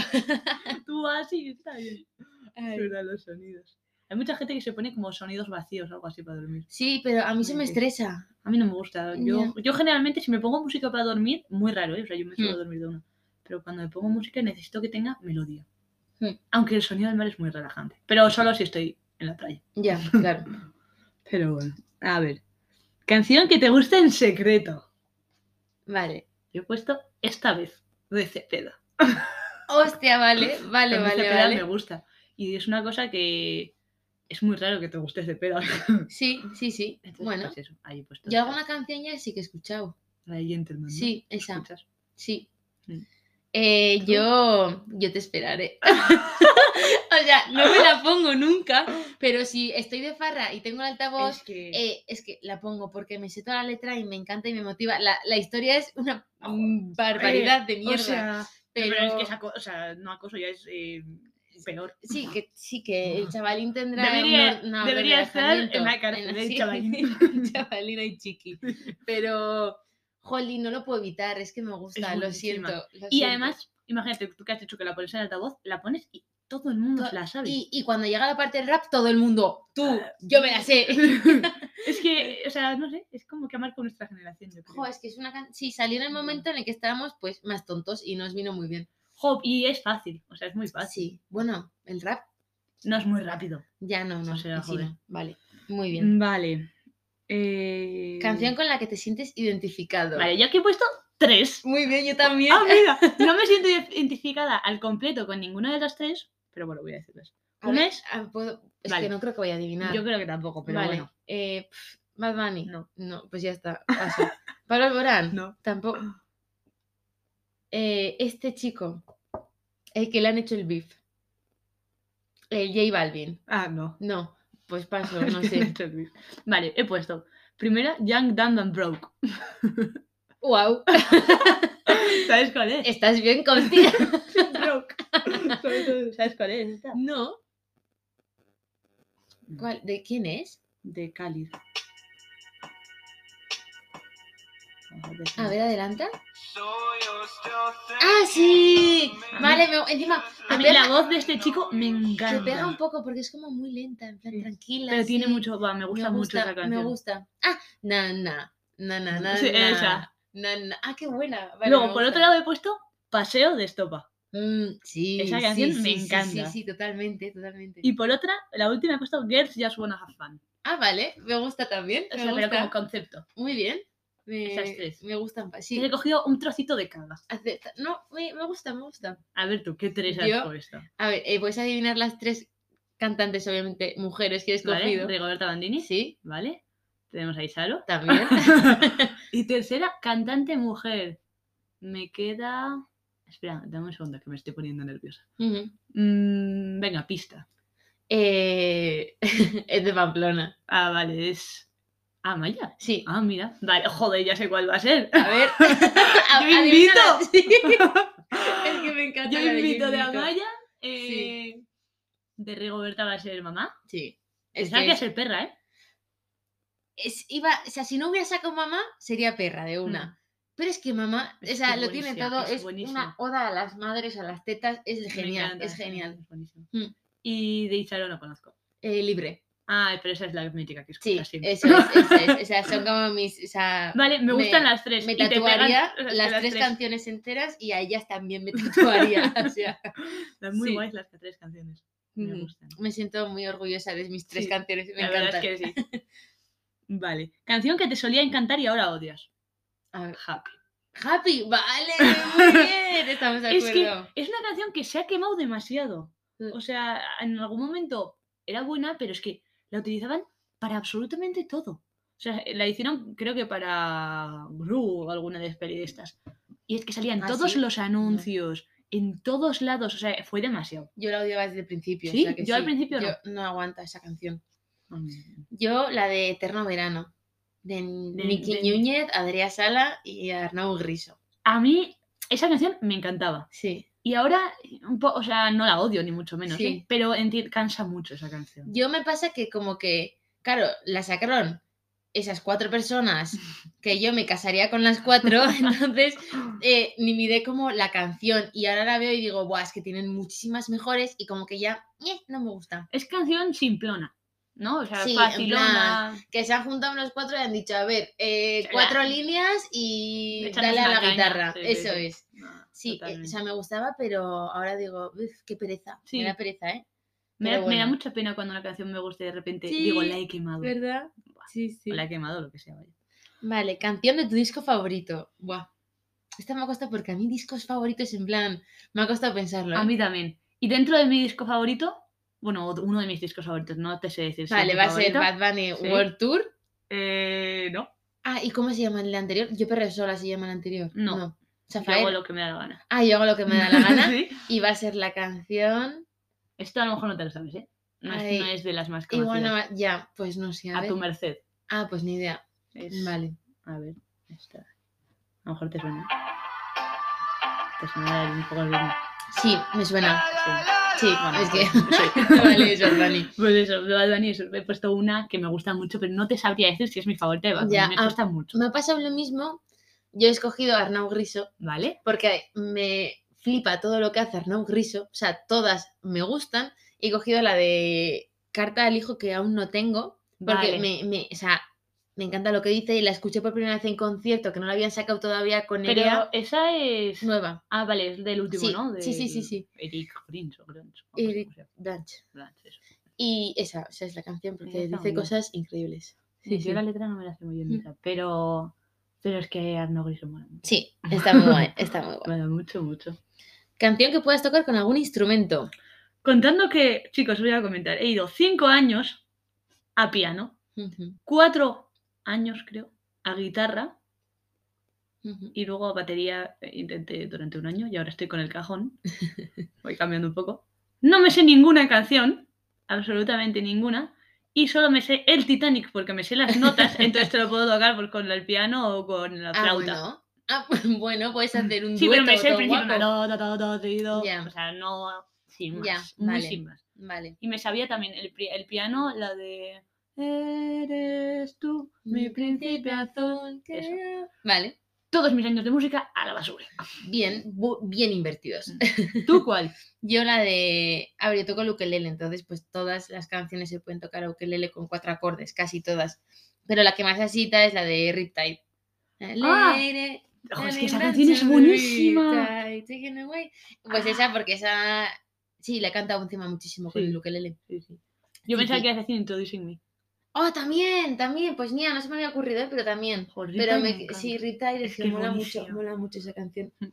S2: Tú así, está bien.
S1: Ay.
S2: Suena los sonidos. Hay mucha gente que se pone como sonidos vacíos o algo así para dormir.
S1: Sí, pero a mí se me
S2: Ay, sí.
S1: estresa.
S2: A mí no me gusta. Yo, yo generalmente, si me pongo música para dormir, muy raro, ¿eh? O sea, yo me suelo
S1: Mm.
S2: dormir de una. Pero cuando me pongo música necesito que tenga melodía.
S1: Mm.
S2: Aunque el sonido del mar es muy relajante. Pero solo si estoy en la playa.
S1: Ya, claro.
S2: Pero bueno. A ver. Canción que te gusta en secreto.
S1: Vale.
S2: Yo he puesto esta vez de Cepeda.
S1: Hostia, vale, vale,
S2: A mí
S1: vale,
S2: Cepeda me
S1: vale.
S2: gusta. Y es una cosa que es muy raro que te guste Cepeda. [LAUGHS]
S1: Sí, sí, sí.
S2: Entonces,
S1: Bueno,
S2: pues eso, ahí he puesto
S1: yo
S2: esta.
S1: alguna canción ya sí que he escuchado.
S2: La de Gentleman, ¿no?
S1: Sí,
S2: ¿Lo
S1: esa.
S2: escuchas?
S1: Sí.
S2: Mm.
S1: Eh,
S2: ¿Tú?
S1: yo, yo te
S2: [LAUGHS]
S1: esperaré. o sea, no me la pongo nunca, pero si estoy de farra y tengo el altavoz,
S2: Es que...
S1: eh, es que la pongo porque me sé toda la letra y me encanta y me motiva. La, la historia es una
S2: Ah,
S1: mm, barbaridad de mierda.
S2: O sea,
S1: pero...
S2: pero es que es acoso, o sea, no acoso, ya es eh, peor.
S1: Sí, que sí, que el chavalín tendrá.
S2: Ah. Debería-
S1: un or- una orden
S2: debería
S1: de
S2: estar
S1: alejamiento
S2: en la cárcel, el
S1: sí, [LAUGHS]
S2: chavalín.
S1: chavalín y
S2: [LAUGHS]
S1: chiqui. Pero, jolín, no lo puedo evitar, es que me gusta, lo
S2: buenísima.
S1: siento. lo
S2: Y
S1: siento.
S2: además, imagínate, tú que has dicho que la pones en altavoz, la pones y todo el mundo
S1: To-
S2: se la sabe.
S1: Y, y cuando llega la parte del rap, todo el mundo, tú,
S2: Ah.
S1: yo me la
S2: [LAUGHS]
S1: sé. [LAUGHS]
S2: Es que, o sea, no sé, es como que marca nuestra generación, yo creo.
S1: Jo, es que es una can- Sí, salió en el momento en el que estábamos pues más tontos y nos vino muy bien.
S2: Jo, y es fácil, o sea, es muy fácil.
S1: Sí, bueno, el rap
S2: No es muy rápido.
S1: ya no, no.
S2: O sea,
S1: y sí,
S2: joder.
S1: no. Vale, muy
S2: Mm.
S1: bien.
S2: Vale. Eh,
S1: Canción con la que te sientes identificado.
S2: Vale, yo aquí he puesto tres.
S1: Muy bien, yo también.
S2: Eh, [LAUGHS] Ah, mira, no me siento identificada al completo con ninguna de las tres, pero bueno, voy a decirles.
S1: A ver,
S2: ¿Unes?
S1: ah, puedo- Es
S2: Vale.
S1: que no creo que vaya a adivinar.
S2: Yo creo que tampoco, pero
S1: vale.
S2: bueno.
S1: eh, pf, Bad Bunny.
S2: No.
S1: No, pues ya está.
S2: [LAUGHS]
S1: paso. Pablo Alborán.
S2: No.
S1: Tampoco. Eh, este chico. El que le han hecho el beef. El J Balvin.
S2: Ah, no.
S1: No, pues
S2: [LAUGHS]
S1: paso, no
S2: Es que me he
S1: sé.
S2: hecho el beef. vale, he puesto. Primera, Young, Dumb and Broke.
S1: ¡Wow!
S2: ¿Sabes cuál es?
S1: ¿Estás bien contigo?
S2: [LAUGHS] Broke. ¿Sabes cuál es? esta?
S1: no. ¿Cuál? ¿De quién es?
S2: De Cáliz.
S1: A ver, adelanta.
S3: Ah, sí. Vale, me- encima.
S2: A mí la voz de este chico me
S1: Se
S2: encanta.
S1: pega un poco porque es como muy lenta, en plan
S2: Sí.
S1: tranquila.
S2: Pero tiene
S1: así.
S2: mucho, va, me gusta, mucho esa canción.
S1: Me gusta. Ah, na, na, na, na, na.
S2: Sí,
S1: na,
S2: esa.
S1: na, na. Ah, qué buena. Vale,
S2: Luego,
S1: me
S2: por otro
S1: gusta.
S2: lado he puesto Paseo de Estopa.
S1: Mm, sí,
S2: esa
S1: sí,
S2: canción
S1: sí,
S2: me
S1: sí, sí,
S2: encanta.
S1: Sí, sí, totalmente, totalmente.
S2: Y por otra, la última he puesto Girls Just Wanna Have Fun.
S1: Ah, vale, me gusta también.
S2: O
S1: me
S2: sea, pero
S1: gusta.
S2: como concepto.
S1: Muy bien. Me,
S2: Esas tres.
S1: Me gustan. pa-
S2: He
S1: Sí,
S2: cogido un trocito de cada.
S1: acepta- No, me, me gusta, me gusta.
S2: A ver tú, ¿qué tres has
S1: Yo-
S2: puesto?
S1: A ver, eh, puedes adivinar las tres cantantes, obviamente, mujeres que he
S2: ¿Vale?
S1: escogido.
S2: Rigoberta Bandini. [LAUGHS]
S1: Sí,
S2: ¿Vale? Tenemos a
S1: [LAUGHS]
S2: Isaro.
S1: también.
S2: y tercera, cantante mujer. Me queda... Espera, dame un segundo que me estoy poniendo nerviosa.
S1: Ujú.
S2: Mm, venga, pista.
S1: Eh, [LAUGHS] es de Pamplona.
S2: Ah, vale, es... Ah, Maya.
S1: Sí.
S2: Ah, mira. Vale, joder, ya sé cuál va a ser.
S1: A
S2: [LAUGHS]
S1: ver. a-
S2: Yo
S1: adivina la-
S2: invito.
S1: sí.
S2: [LAUGHS]
S1: Es que me encanta.
S2: Yo
S1: la de
S2: invito de
S1: invito.
S2: Amaya.
S1: Sí.
S2: eh, De Rigoberta va a ser mamá.
S1: Sí. Es
S2: Pensaba que
S1: que
S2: iba a ser perra, ¿eh?
S1: es- iba, o sea, si no hubiera sacado mamá, sería perra de
S2: Mm,
S1: una. Pero es que mamá,
S2: Es
S1: o sea,
S2: que
S1: lo tiene
S2: buenísima,
S1: todo,
S2: es
S1: es,
S2: buenísima.
S1: una oda a las madres, a las tetas, es
S2: Me
S1: genial,
S2: encanta,
S1: es
S2: esa
S1: genial.
S2: canción, es buenísima.
S1: Mm.
S2: Y de Isaro no conozco.
S1: Eh, libre.
S2: Ah, pero esa es la mítica que
S1: Sí,
S2: escuchas siempre.
S1: eso es, eso es. O sea,
S2: [LAUGHS]
S1: son como mis. O sea,
S2: Vale, me
S1: Me-
S2: gustan las tres.
S1: me
S2: y te pegan- [LAUGHS]
S1: tatuaría
S2: o sea, es que
S1: las, tres, canciones enteras y a ellas también me [LAUGHS] tatuaría. o sea,
S2: Son muy
S1: Sí.
S2: guays las tres canciones. Me
S1: ujú.
S2: gustan.
S1: mm, me siento muy orgullosa de mis tres
S2: Sí,
S1: canciones. Me
S2: la verdad
S1: encantan.
S2: es que sí.
S1: [LAUGHS]
S2: Vale. Canción que te solía encantar y ahora odias.
S1: A ver,
S2: Happy.
S1: Happy, vale,
S2: [LAUGHS]
S1: muy bien, estamos de
S2: Es que
S1: acuerdo.
S2: es una canción que se ha quemado demasiado.
S1: Mm.
S2: O sea, en algún momento era buena, pero es que la utilizaban para absolutamente todo. O sea, la hicieron creo que para Gru o alguna de peli de estas. Y es que salían
S1: ¿Ah,
S2: todos
S1: sí?
S2: los anuncios, en todos lados. O sea, fue demasiado.
S1: Yo la odiaba desde el principio. o
S2: ¿Sí?
S1: sea que
S2: Yo al principio no.
S1: Yo no aguanto esa canción. Yo la de Eterno Verano, de Nicky
S2: de-
S1: Núñez, Adrià Sala y Arnau Griso.
S2: A mí esa canción me encantaba.
S1: Sí.
S2: Y ahora, un po- o sea, no la odio ni mucho menos,
S1: Sí.
S2: ¿eh? pero enti- cansa mucho esa canción.
S1: Yo me pasa que como que, claro, la sacaron esas cuatro
S2: [LAUGHS]
S1: personas que yo me casaría con las cuatro, entonces eh, ni miré como la canción y ahora la veo y digo, Buah, es que tienen muchísimas mejores y como que ya ñe, no me gusta.
S2: Es canción simplona, ¿no? O sea,
S1: Sí, en
S2: facilona.
S1: que se han juntado los cuatro y han dicho, a ver, eh,
S2: Se la-
S1: cuatro líneas y
S2: Échanos
S1: dale a
S2: una
S1: la
S2: caña,
S1: guitarra.
S2: sí, sí,
S1: Eso
S2: sí.
S1: es.
S2: Ah,
S1: Sí, eh, o sea, me gustaba, pero ahora digo, "Uf, qué pereza.
S2: Sí.
S1: Me da pereza, ¿eh?
S2: me, da,
S1: pero
S2: me da
S1: bueno.
S2: mucha pena cuando una canción me gusta y de repente digo,
S1: Sí,
S2: la he quemado.
S1: ¿Verdad? Sí, sí.
S2: O la he quemado, lo que sea. vaya.
S1: Vale, canción de tu disco favorito. Buah. Esta me ha costado porque a mí discos favoritos en plan, me ha costado pensarlo. ¿eh?
S2: A mí también. Y dentro de mi disco favorito, bueno, o uno de mis discos favoritos, no te sé decir. si es
S1: vale,
S2: mi
S1: va a ser
S2: favorito.
S1: Bad Bunny
S2: Sí.
S1: World Tour.
S2: Eh, no.
S1: Ah, ¿y cómo se llama el anterior? Yo perro sola se llama el anterior.
S2: No. Yo
S1: Safael.
S2: hago lo que me da la gana.
S1: Ah, yo hago lo que me da
S2: [LAUGHS]
S1: la gana.
S2: Sí.
S1: Y va a ser la canción.
S2: Esto a lo mejor no te lo sabes, ¿eh? No
S1: Ay,
S2: es, no es de las más conocidas.
S1: Igual no va- ya, pues no sé. A,
S2: a
S1: ver.
S2: tu merced.
S1: Ah, pues ni idea.
S2: Es-
S1: Vale.
S2: A ver, esta. A lo mejor te suena. Te suena un poco el ritmo.
S1: Sí, me
S2: [LAUGHS]
S1: suena. [LAUGHS] Sí,
S2: Bueno,
S1: es que.
S2: pues, sí.
S1: [LAUGHS] vale, eso, Dani.
S2: Pues eso, de Bad Bunny, eso, he puesto una que me gusta mucho, pero no te sabría decir si es mi favorita de Bad Bunny,
S1: Ya,
S2: me
S1: ah.
S2: gusta mucho,
S1: Me ha pasado lo mismo. Yo he escogido a Arnau Griso
S2: ¿vale?
S1: porque me flipa todo lo que hace Arnau Griso, o sea, todas me gustan. He cogido la de Carta al Hijo que aún no tengo, porque
S2: Vale.
S1: me, me- o sea, me encanta lo que dice y la escuché por primera vez en concierto, que no la habían sacado todavía con
S2: Pero
S1: Nerea
S2: esa es.
S1: nueva,
S2: Ah, vale, es del último,
S1: Sí,
S2: ¿no?
S1: sí, sí, sí,
S2: Del
S1: sí.
S2: Eric Grinch o Grunge, o
S1: Eric-
S2: no sé cómo se llama.
S1: Blanche.
S2: Blanche, eso.
S1: Y esa, o sea, es la canción, porque
S2: Esa
S1: dice
S2: onda.
S1: cosas increíbles. Sí,
S2: yo
S1: sí.
S2: la letra no me la sé muy bien,
S1: Mm.
S2: esa, pero. Pero es que Arno Gris mola mucho. [LAUGHS]
S1: Sí, está muy guay, está muy guay.
S2: Me da mucho, mucho.
S1: Canción que puedas tocar con algún instrumento.
S2: Contando que, chicos, voy a comentar, he ido cinco años a piano,
S1: Ujú,
S2: cuatro años, creo, a guitarra
S1: ujú.
S2: y luego a batería eh, intenté durante un año y ahora estoy con el
S1: [LAUGHS]
S2: cajón. Voy cambiando un poco. No me sé ninguna canción, absolutamente ninguna, y solo me sé el Titanic porque me sé las
S1: [LAUGHS]
S2: notas, entonces te lo puedo tocar por- con el piano o con la
S1: Ah,
S2: flauta.
S1: bueno. Ah, [LAUGHS] bueno, puedes
S2: [LAUGHS]
S1: hacer un
S2: Sí, pero
S1: dueto
S2: me sé el
S1: todo
S2: principio.
S1: guapo.
S2: do, do, do, do, do, do.
S1: Ya.
S2: O sea, no. Sin más.
S1: Ya,
S2: muy
S1: vale.
S2: sin más.
S1: Vale.
S2: Y me sabía también el, pri- el piano, la de. Eres tú, mi príncipe azul. que Eso.
S1: Vale.
S2: Todos mis años de música a la basura.
S1: Bien, bu- bien invertidos.
S2: ¿Tú cuál?
S1: [LAUGHS] Yo la de. A ver, yo toco el ukelele, entonces, pues todas las canciones se pueden tocar a ukelele con cuatro acordes, casi todas. Pero la que más asita es la de Riptide.
S2: Ah,
S1: Lady,
S2: Ojo,
S1: la
S2: es que
S1: venganza
S2: esa canción es
S1: de
S2: buenísima.
S1: Riptide, taken away. Pues
S2: Ah.
S1: esa, porque esa. Sí, la he cantado encima muchísimo con
S2: Sí.
S1: el ukelele.
S2: Yo
S1: Sí,
S2: pensaba
S1: sí.
S2: que ibas a decir Introducing Me.
S1: Oh, también, también. Pues mía, no se me había ocurrido, ¿eh? pero también.
S2: Joder,
S1: Pero
S2: Rita,
S1: me,
S2: encanta.
S1: sí, Rita y
S2: Es
S1: es que
S2: que es
S1: mola mucho,
S2: buenísima.
S1: mola mucho esa canción.
S2: Mm.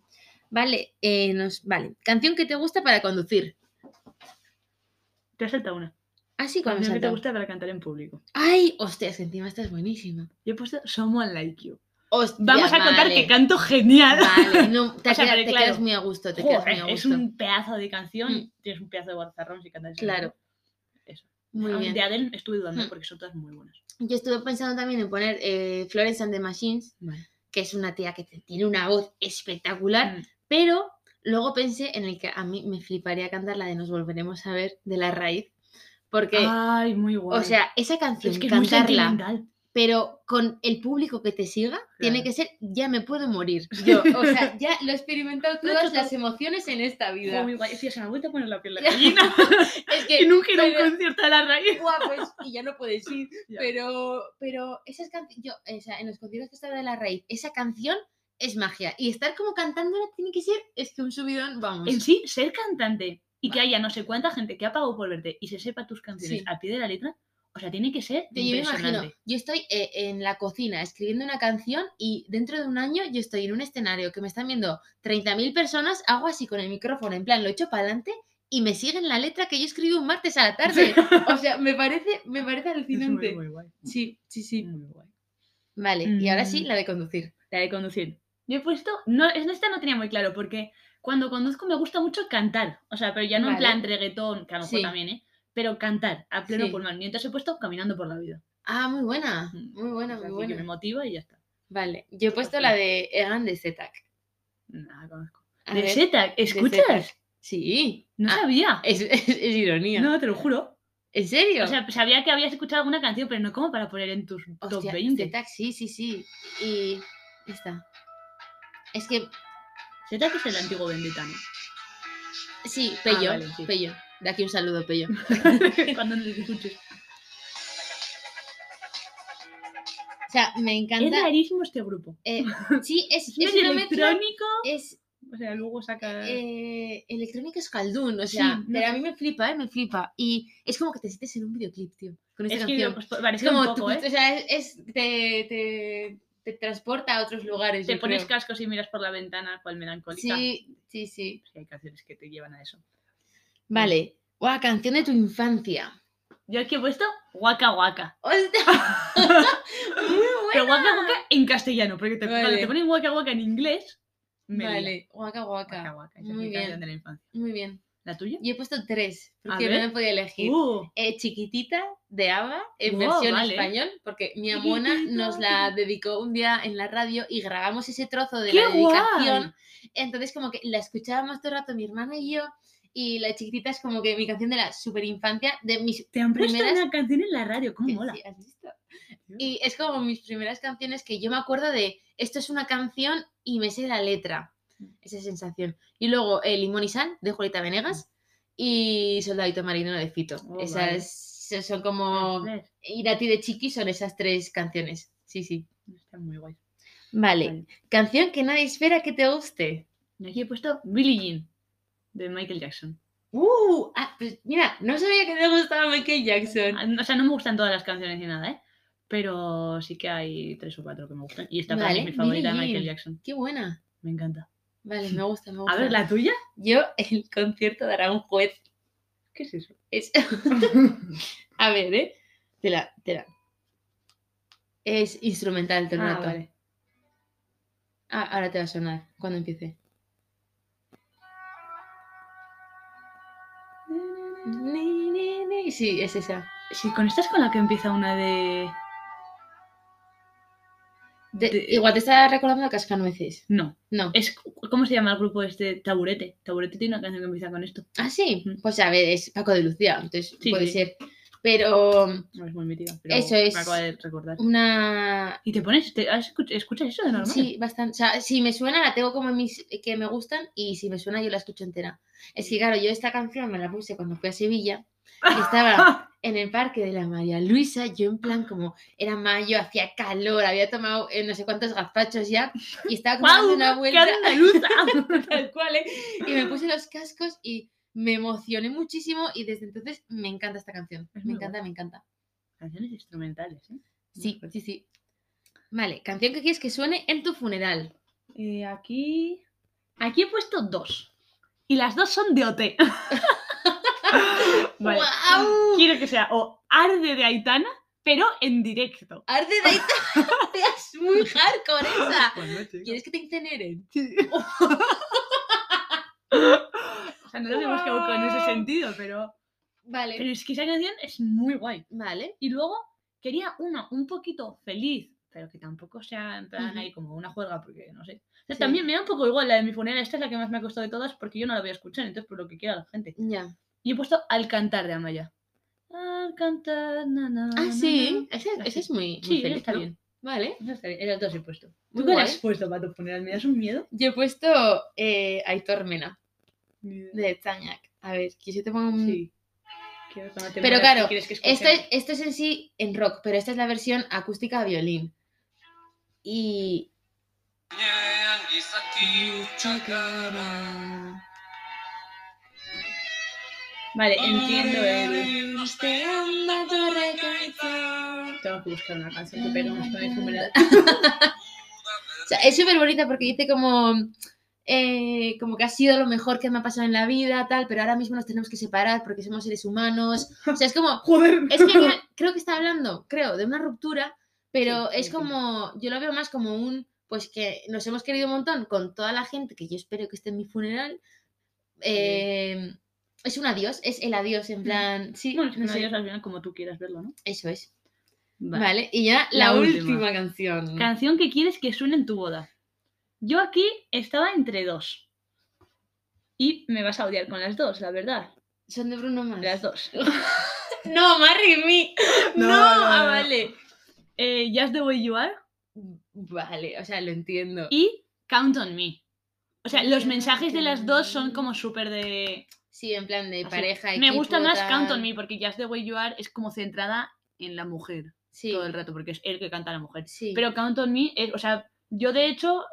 S1: Vale, eh, nos, vale. Canción que te gusta para conducir.
S2: Te has saltado una.
S1: Ah, sí, cuando me
S2: Canción que te
S1: saltaba.
S2: gusta para cantar en público.
S1: Ay, hostias, que encima esta es buenísima.
S2: Yo he puesto Someone Like You.
S1: Hostia,
S2: Vamos a contar
S1: vale,
S2: que canto genial.
S1: Vale,
S2: [LAUGHS]
S1: no, te,
S2: O sea,
S1: queda-
S2: pero
S1: te
S2: claro,
S1: quedas muy a gusto, te
S2: Joder,
S1: quedas muy a
S2: es
S1: gusto.
S2: un pedazo de canción.
S1: Mm.
S2: Tienes un pedazo de guardarrón si cantas. esa
S1: Claro.
S2: Eso.
S1: Muy
S2: Ah,
S1: bien.
S2: De Adele estuve dudando
S1: Mm.
S2: porque son todas muy buenas.
S1: Yo estuve pensando también en poner eh, Florence and the Machines, que es una tía que te- tiene una voz espectacular,
S2: Mm.
S1: pero luego pensé en el que a mí me fliparía cantar la de Nos volveremos a ver de la raíz, porque,
S2: Ay, muy Ah, guay.
S1: o sea, esa canción,
S2: es que es muy
S1: cantarla,
S2: sentimental.
S1: pero con el público que te siga, tiene
S2: Claro.
S1: que ser ya me puedo
S2: [LAUGHS]
S1: morir. Yo, o sea, ya lo he experimentado
S2: Lo he
S1: todas
S2: hecho
S1: las emociones en esta
S2: Fue
S1: vida.
S2: muy guay. Sí, se me ha vuelto a poner
S1: [LAUGHS]
S2: la piel de
S1: Ya.
S2: gallina.
S1: Es que
S2: y nunca ir a un
S1: pero-
S2: concierto de la
S1: [LAUGHS]
S2: raíz.
S1: guapos y ya no puedes ir.
S2: [LAUGHS] Ya.
S1: Pero, pero esas canciones, yo, o sea, en los conciertos que estaba de la raíz, esa canción es magia. Y estar como cantándola tiene que ser, es que un subidón, vamos.
S2: En sí, ser cantante y que haya no sé cuánta gente que ha pagado por verte y se sepa tus canciones
S1: Sí.
S2: al pie de la letra, o sea, tiene que ser
S1: Yo, yo me imagino,
S2: impresionante.
S1: yo estoy eh, en la cocina escribiendo una canción y dentro de un año yo estoy en un escenario que me están viendo 30.000 personas, hago así con el micrófono, en plan, lo echo para adelante y me siguen la letra que yo escribí un martes a la tarde. O sea, me parece, me parece
S2: Es muy,
S1: alucinante.
S2: muy guay.
S1: Sí, sí, sí.
S2: Muy guay.
S1: Vale, y ahora sí,
S2: Mm.
S1: la de conducir.
S2: La de conducir. Yo he puesto, no, en esta no tenía muy claro porque cuando conduzco me gusta mucho cantar, o sea, pero ya no en
S1: Vale.
S2: plan reggaetón, que a lo mejor
S1: Sí.
S2: también, ¿eh? Pero cantar a pleno
S1: Sí.
S2: pulmón. Y entonces he puesto caminando por la vida.
S1: Ah, muy buena,
S2: Mm.
S1: muy buena,
S2: O
S1: muy
S2: sea, así
S1: buena.
S2: Que me motiva y ya está.
S1: Vale, yo he puesto la de Egan de Zetac.
S2: Nada, conozco.
S1: A
S2: De
S1: ver,
S2: Zeta,
S1: Zetac.
S2: ¿escuchas?
S1: Sí.
S2: No
S1: Ah,
S2: sabía.
S1: es, es- [LAUGHS] es ironía.
S2: No, te lo juro.
S1: ¿En serio?
S2: O sea, sabía que habías escuchado alguna canción, pero no como para poner en tus top
S1: Hostia,
S2: 20.
S1: Zetac, sí, sí, sí. Y esta. Es que,
S2: Zeta que es el antiguo Vendetta, ¿no?
S1: sí, Pello,
S2: Ah, vale, sí.
S1: Pello. De aquí un saludo, Pello. [LAUGHS]
S2: [LAUGHS] Cuando les escuches.
S1: O sea, me
S2: [LAUGHS] Es
S1: encanta.
S2: rarísimo este grupo.
S1: eh, sí, es, es
S2: Es, medio
S1: una mezcla-
S2: electrónico.
S1: Es
S2: O sea, luego saca.
S1: eh, electrónico escaldún, o sea,
S2: no
S1: pero a
S2: sé.
S1: mí me flipa, ¿eh? Me flipa. Y es como que te sientes en un videoclip, tío, con esta
S2: es que
S1: canción.
S2: pues, parece
S1: Es como
S2: un poco,
S1: tú-
S2: ¿eh?
S1: o sea, es, es- te, te- te transporta a otros lugares.
S2: Te
S1: yo
S2: pones
S1: creo.
S2: cascos y miras por la ventana, cual melancólica.
S1: Sí, sí, sí.
S2: Sí, Hay canciones que te llevan a eso.
S1: Vale. Guau, canción de tu infancia.
S2: [LAUGHS] Yo aquí he puesto Waka Waka.
S1: ¡Hostia! [LAUGHS] Muy
S2: Pero Waka
S1: buena.
S2: Waka en castellano, porque te, cuando
S1: Vale.
S2: te ponen Waka Waka en inglés, me lío.
S1: Vale, guaca,
S2: Waka
S1: guaca.
S2: Waka. Esa es
S1: Muy
S2: mi
S1: bien.
S2: canción de la infancia.
S1: Muy bien.
S2: ¿La tuya?
S1: Yo he puesto tres,
S2: A
S1: porque
S2: ver.
S1: no me podía elegir.
S2: Uh,
S1: Eh, chiquitita de Ava en
S2: Wow,
S1: versión
S2: vale.
S1: español, porque mi amona nos la dedicó un día en la radio y grabamos ese trozo de
S2: ¡Qué
S1: la dedicación.
S2: guay!
S1: Entonces, como que la escuchábamos todo el rato mi hermana y yo. Y la chiquitita es como que mi canción de la super infancia, de mis.
S2: te han puesto
S1: primeras-
S2: una canción en la radio, ¿cómo
S1: que
S2: Ah, mola?
S1: sí, ¿has visto? Y es como mis primeras canciones que yo me acuerdo de esto es una canción y me sé la letra.
S2: Mm.
S1: Esa sensación. Y luego eh, Limón y Sal de Julieta Venegas y Soldadito Marino de Fito.
S2: Mm. Oh,
S1: Esas
S2: vale.
S1: se- son como
S2: Tres,
S1: Ir a ti de Chiqui son esas tres canciones. Sí, sí.
S2: tres. Está muy guay.
S1: Vale.
S2: Vale.
S1: Canción que nadie espera que te guste.
S2: Y Aquí he puesto Billie Jean de Michael Jackson.
S1: Uh, ah, pues mira, no sabía que te gustaba Michael Jackson.
S2: Ah, O sea, no me gustan todas las canciones ni nada, ¿eh? Pero sí que hay tres o cuatro que me gustan. Y esta para mí
S1: Vale,
S2: es mi favorita de
S1: Billie
S2: Michael
S1: Jean.
S2: Jackson.
S1: Qué buena.
S2: Me encanta.
S1: Vale, me gusta, me gusta.
S2: A ver, ¿la tuya?
S1: Yo, el concierto dará un juez.
S2: ¿Qué es [LAUGHS] eso?
S1: Es- A ver, ¿eh? Te la, te la- Es instrumental, te lo
S2: Ah,
S1: noto.
S2: vale.
S1: Ah, ahora te va a sonar cuando empiece. Ni, ni, ni. Sí, es esa.
S2: Si con esta es con la que empieza una de...
S1: De-
S2: De- Eh.
S1: Igual te está recordando a Cascanueces.
S2: No.
S1: No.
S2: Es... ¿Cómo se llama el grupo este? Taburete. Taburete tiene una canción que empieza con esto.
S1: Ah, sí.
S2: Ujú.
S1: Pues a ver, es Paco de Lucía, entonces
S2: Sí,
S1: puede
S2: sí.
S1: ser. Pero um,
S2: No es muy mítica, pero
S1: Eso es.
S2: me acabo de recordar.
S1: una.
S2: Y te pones... Te... has escuch- ¿Escuchas eso de normal? [LAUGHS]
S1: Sí, bastante. O sea, si me suena, la tengo como en mis que me gustan y si me suena, yo la escucho entera. Es que, claro, yo esta canción me la puse cuando fui a Sevilla. y
S2: [LAUGHS]
S1: Estaba en el parque de la María Luisa, yo en plan como era mayo, hacía calor, había tomado eh, no sé cuántos gazpachos ya y estaba como dando
S2: ¡Guau!
S1: una
S2: ¡Qué
S1: vuelta [LAUGHS]
S2: andaluza! [LAUGHS]
S1: tal cual, ¿eh? y me puse los cascos y me emocioné muchísimo y desde entonces me encanta esta canción.
S2: Es
S1: me
S2: muy
S1: encanta, me encanta.
S2: Canciones instrumentales, ¿eh? Muy
S1: Sí,
S2: fuerte.
S1: sí, sí. Vale, canción que quieres que suene en tu funeral.
S2: Eh, aquí. Aquí he puesto dos. Y las dos son de OT.
S1: [LAUGHS]
S2: Vale.
S1: ¡Guau!
S2: Quiero que sea o Arde de Aitana, pero en directo.
S1: Arde de Aitana, [LAUGHS] te has muy hardcore esa.
S2: Bueno, chica.
S1: ¿Quieres que te incineren?
S2: O sea, no nos hemos quedado con ese sentido, pero.
S1: Vale.
S2: Pero es que esa canción es muy guay.
S1: Vale.
S2: Y luego quería una un poquito feliz, pero que tampoco sea en plan
S1: Ujú.
S2: ahí como una juerga, porque no sé. O sea,
S1: Sí.
S2: También me da un poco igual la de mi funeral. Esta es la que más me ha costado de todas porque yo no la voy a escuchar, entonces por lo que quiera la gente.
S1: Ya.
S2: Y he puesto Al cantar de Amaya. Al cantar, na, na,
S1: Ah,
S2: na,
S1: sí.
S2: na.
S1: Esa,
S2: Así.
S1: esa es muy, muy
S2: Sí,
S1: feliz,
S2: está
S1: ¿no?
S2: bien.
S1: Vale.
S2: Esas tres- Esas dos he puesto.
S1: Muy
S2: ¿Tú qué le
S1: guay.
S2: has puesto para tu funeral? ¿Me das un miedo?
S1: Yo he puesto eh, Aitor Mena, de Tañac. A ver, que yo te pongo un...
S2: Sí. Quiero que no te
S1: Mm. Pero
S2: mueras,
S1: claro,
S2: ¿qué quieres que
S1: Esto
S2: escuche?
S1: es, esto es en sí en rock, pero esta es la versión acústica a violín. Y...
S2: Vale, entiendo eh,
S3: eh.
S2: el... Tengo que buscar una canción que pegue más con el
S1: [LAUGHS]
S2: funeral.
S1: O sea, es súper bonita porque dice como... eh, como que ha sido lo mejor que me ha pasado en la vida, tal, pero ahora mismo nos tenemos que separar porque somos seres humanos. O sea, es como...
S2: ¡Joder!
S1: [LAUGHS] Es que
S2: [LAUGHS]
S1: creo, creo que está hablando, creo, de una ruptura, pero
S2: Sí,
S1: es
S2: entiendo.
S1: como, yo lo veo más como un, pues que nos hemos querido un montón con toda la gente que yo espero que esté en mi funeral. eh, es un adiós, es el adiós, en plan, sí,
S2: Mm. Bueno, es que
S1: no
S2: no
S1: sé,
S2: digas al final como tú quieras verlo, ¿no?
S1: eso es. Vale. y ya la,
S2: La
S1: última.
S2: última.
S1: canción.
S2: Canción que quieres que suene en tu boda. Yo aquí estaba entre dos. Y me vas a odiar con las dos, la verdad.
S1: Son de Bruno Mars.
S2: Las dos.
S1: No, Marry Me. No,
S2: [LAUGHS] No, no,
S1: ah,
S2: no.
S1: vale.
S2: Eh, Just the Way You Are
S1: Vale, o sea, lo entiendo.
S2: y Count on Me. O sea, los mensajes de las dos son como súper de.
S1: Sí, en plan de
S2: así.
S1: pareja.
S2: Me gusta
S1: equipo,
S2: más Count
S1: tal.
S2: on Me porque Just the Way You Are es como centrada en la mujer
S1: Sí,
S2: todo el rato, porque es él que canta a la mujer.
S1: sí.
S2: Pero Count on Me, es, o sea, yo de hecho.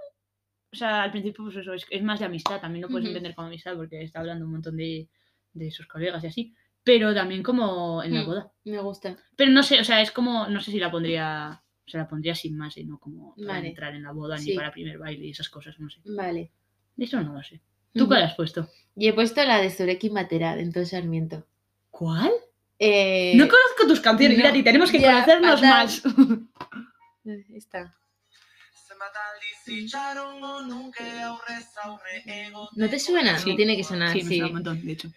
S2: O sea, al principio, pues eso, es, es más de amistad. También lo puedes
S1: Ujú.
S2: entender como amistad porque está hablando un montón de, de sus colegas y así. Pero también como en la
S1: Mm.
S2: boda.
S1: me gusta.
S2: Pero no sé, o sea, es como, no sé si la pondría, se la pondría sin más, y no como para
S1: Vale.
S2: entrar en la boda
S1: Sí. Mm.
S2: ni para primer baile y esas cosas, no sé.
S1: Vale.
S2: Eso no lo sé.
S1: Mm.
S2: ¿Tú cuál has puesto?
S1: Y he puesto la de Sureki Matera, de Entonces Sarmiento.
S2: ¿Cuál?
S1: Eh,
S2: no conozco tus canciones,
S1: no,
S2: mira, y tenemos que
S1: ya,
S2: conocernos
S1: fatal.
S2: más.
S1: eh, Esta.
S3: ¿No te suena?
S1: Sí.
S3: No tiene que sonar,
S1: Ah, Sí,
S3: sí.
S1: me
S2: suena un montón, de hecho.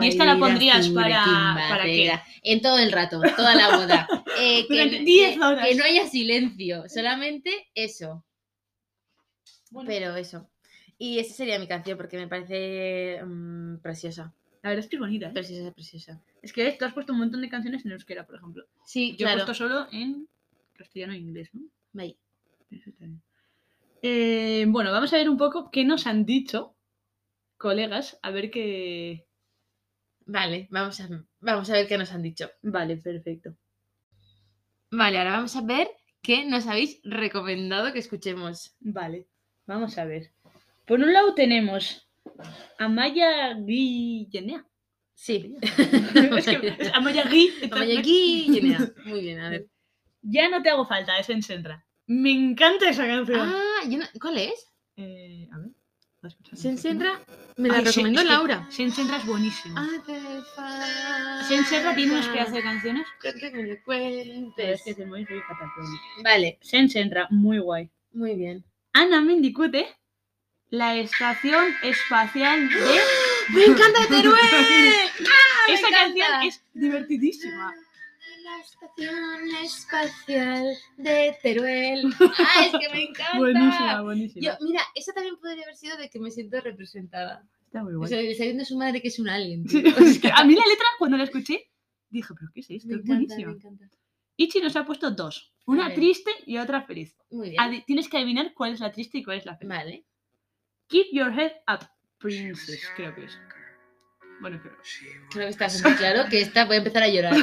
S1: Y
S2: esta la pondrías para- para qué?
S1: En todo el rato, toda la [LAUGHS] boda. Eh, que,
S2: Durante
S1: que-
S2: 10 horas.
S1: que no haya silencio, solamente eso. Pero eso. Y esa sería mi canción porque me parece mm, preciosa.
S2: La verdad es que es bonita, ¿eh?
S1: Preciosa, preciosa.
S2: Es que tú has puesto un montón de canciones en euskera, por ejemplo.
S1: Sí,
S2: Yo he
S1: claro.
S2: puesto solo en castellano e inglés, ¿no?
S1: Vale.
S2: Eso está bien. Eh, bueno, vamos a ver un poco qué nos han dicho, colegas, a ver qué.
S1: Vale, vamos a, vamos a ver qué nos han dicho.
S2: Vale, perfecto.
S1: Vale, ahora vamos a ver qué nos habéis recomendado que escuchemos.
S2: Vale, vamos a ver. Por un lado tenemos a Maya
S1: [LAUGHS]
S2: Guillenea.
S1: Sí.
S2: es que es Amaya Gui.
S1: [LAUGHS] Amaya Guillenea. [LAUGHS] Muy bien, a ver.
S2: Ya no te hago falta, es en Sentra. Me encanta esa canción.
S1: Ah, yo no- ¿cuál es?
S2: Eh, a ver. voy a escuchar un
S1: Se
S2: poquito.
S1: encentra. Me la
S2: Ay, sí,
S1: recomendó
S2: es que-
S1: Laura. Ah.
S2: Se encentra es buenísimo.
S1: Hace falta
S2: Se encentra tiene unos pedazos de canciones.
S1: que me lo
S2: Pero es
S1: cuentes.
S2: que es muy, muy fatal, pero bueno.
S1: Vale,
S2: Se encentra, muy guay.
S1: muy bien.
S2: Ana Mendicute, la estación espacial de.
S1: ¡Me encanta Teruel! ¡Ah, me
S2: Esa canción
S1: encanta!
S2: es divertidísima.
S1: La estación espacial de Teruel. [LAUGHS] ¡Ah, es que me encanta!
S2: Buenísima, buenísima.
S1: Yo, mira, esa también podría haber sido de que me siento representada.
S2: Está muy
S1: O
S2: guay.
S1: sea, le está diciendo a su madre que es un [LAUGHS] alien.
S2: Sí,
S1: tío.
S2: es que a mí la letra, cuando la escuché, dije, ¿pero qué es esto?
S1: Me
S2: Es
S1: encanta, me
S2: buenísimo.
S1: encanta.
S2: Ichi nos ha puesto dos:
S1: A
S2: una
S1: ver.
S2: triste y otra feliz.
S1: Muy bien.
S2: Adi- tienes que adivinar cuál es la triste y cuál es la feliz.
S1: Vale.
S2: Keep your head up, princess, creo que Pues es. Bueno, creo.
S1: Creo que está súper claro que esta voy a empezar a
S2: [LAUGHS]
S1: llorar.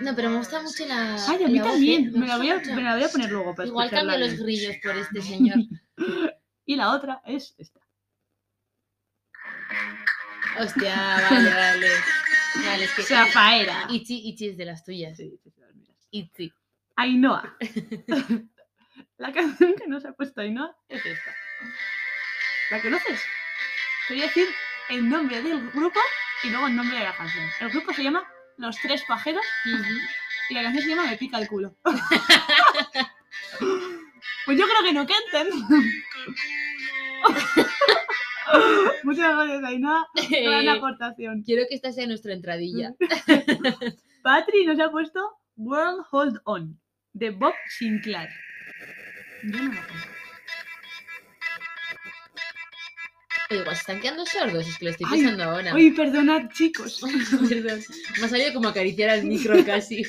S1: No, pero me gusta mucho la.
S2: Ay, a mí
S1: la voz, ¿eh?
S2: también.
S1: Me
S2: Me la, voy a,
S1: gusta
S2: me
S1: mucho.
S2: la voy a poner luego para
S1: Igual
S2: escucharla
S1: cambio los
S2: bien.
S1: grillos por este señor.
S2: Y la otra es esta.
S1: Hostia, vale, vale. Vale, es que.
S2: Zafaera.
S1: Ichi, Ichi es de las tuyas.
S2: Sí, sí, sí, las miras.
S1: Ichi.
S2: Ainhoa. [LAUGHS] la canción que nos ha puesto Ainhoa es esta. ¿La conoces? Te voy a decir el nombre del grupo y luego el nombre de la canción. El grupo se llama Los Tres Pajeros
S1: [LAUGHS] Ujú.
S2: y la canción se llama Me pica el culo. pues yo creo que no [LAUGHS] canten. Muchas gracias, Ainhoa. Gran aportación.
S1: Quiero que esta sea nuestra entradilla.
S2: [LAUGHS] Patri nos ha puesto World Hold On de Bob Sinclair. Yo no la conozco.
S1: Oye, igual se están quedando sordos, es que lo estoy
S2: Ay,
S1: pensando ahora.
S2: Uy, perdonad, chicos.
S1: [LAUGHS] Perdón. Me ha salido como acariciar al micro
S2: [LAUGHS]
S1: casi.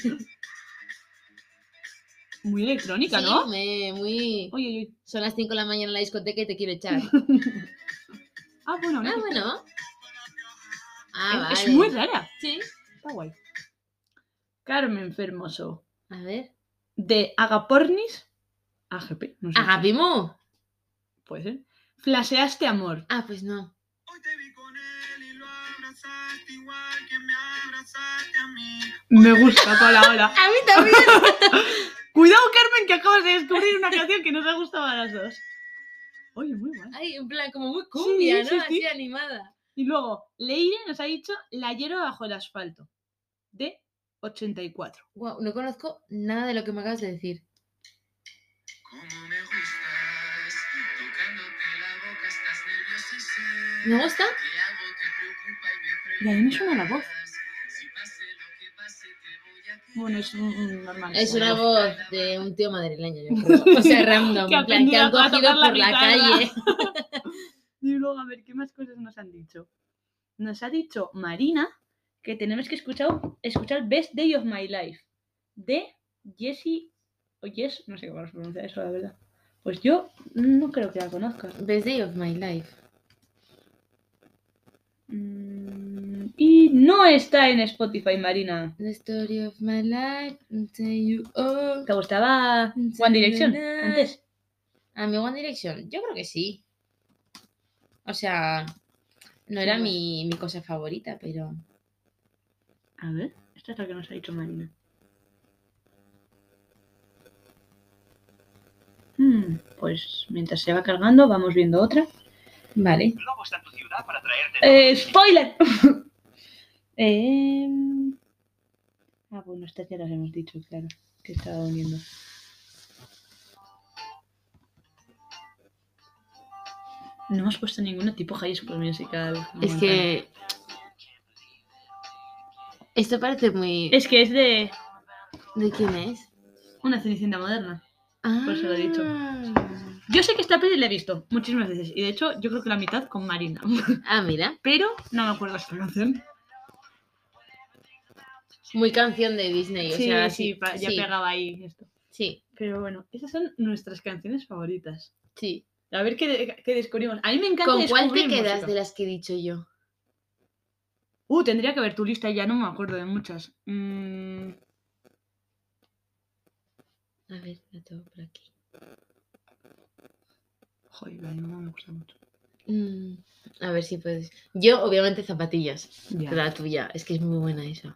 S2: Muy electrónica,
S1: Sí,
S2: ¿no?
S1: me- muy...
S2: Oye, oye.
S1: Son las 5 de la mañana en la discoteca y te quiero echar.
S2: Ah, bueno, no.
S1: Ah, bueno. Ah,
S2: es, es
S1: vale.
S2: muy rara.
S1: Sí.
S2: Está guay. Carmen Fermoso
S1: A ver.
S2: de Agapornis. AGP, no sé.
S1: Ah, ¿Agapimo?
S2: Puede ser. Flaseaste amor.
S1: Ah, pues no.
S3: Hoy te vi con él y lo abrazaste igual que me abrazaste a mí.
S2: Me gusta, Paula,
S1: [LAUGHS]
S2: hola.
S1: A mí también.
S2: Cuidado, Carmen, que acabas de descubrir una canción que nos ha gustado a las dos. Oye, muy guay.
S1: Ay, en plan, como muy cumbia,
S2: Sí, sí,
S1: ¿no?
S2: sí.
S1: Así animada.
S2: Y luego, Leire nos ha dicho La hierba bajo el asfalto, de 84.
S1: Guau, no conozco nada de lo que me acabas de decir.
S3: Como me gustas, tocándote la boca, estás nerviosa y sé
S1: ¿Me gusta?
S3: que algo te preocupa y me
S2: Y a mí me suena la voz.
S3: preguntas. Si pase lo que pase, te voy a
S2: Bueno, es un- un normal.
S1: Es una
S2: una voz.
S1: voz de un tío madrileño, [LAUGHS] yo creo. O sea, random.
S2: Que ha
S1: en plan, que han
S2: aprendido a
S1: cogido
S2: tocar la
S1: por la
S2: guitarra.
S1: calle.
S2: Y luego, a ver, ¿qué más cosas nos han dicho? Nos ha dicho Marina que tenemos que escuchar, escuchar Best Day of My Life, de Jessie o Jess, no sé cómo se pronuncia eso, la verdad. Pues yo no creo que la conozca.
S1: Best day of my life.
S2: Mm, Y no está en Spotify, Marina.
S1: The story of my life. Until you all.
S2: ¿Te gustaba One Direction antes?
S1: ¿A mi One Direction? Yo creo que sí. O sea, no
S2: Sí,
S1: era
S2: bueno.
S1: mi, mi cosa favorita, pero.
S2: A ver, esta es la que nos ha dicho Marina. Hmm, pues mientras se va cargando, vamos viendo otra.
S1: Vale.
S4: Globo está en tu ciudad para traerte.
S2: Eh, [LAUGHS] ¡Spoiler! Em, Ah, bueno, estas ya las hemos dicho, claro, que estaba uniendo. No hemos puesto ninguna tipo High School Musical.
S1: Es que. Esto parece muy.
S2: Es que es de
S1: ¿De quién es?
S2: una Cenicienta moderna.
S1: Ah.
S2: Por eso lo he dicho. Yo sé que esta peli la he visto muchísimas veces y de hecho yo creo que la mitad con Marina, [LAUGHS]
S1: Ah, mira.
S2: pero no me acuerdo esta canción.
S1: Muy canción de Disney. o
S2: Sí,
S1: sea,
S2: sí, pa- ya
S1: sí,
S2: pegaba ahí esto.
S1: Sí,
S2: Pero bueno, esas son nuestras canciones favoritas.
S1: sí.
S2: A ver qué, qué descubrimos. A mí me encanta
S1: ¿Con cuál te
S2: descubrir
S1: quedas
S2: música.
S1: de las que he dicho yo?
S2: Uh, tendría que ver tu lista, ya no me acuerdo de muchas. Mm,
S1: A ver, la tengo por aquí.
S2: Joder, la de mamá me gusta mucho.
S1: Mm, a ver si puedes. Yo, obviamente, zapatillas.
S2: Ya.
S1: La tuya, es que es muy buena esa.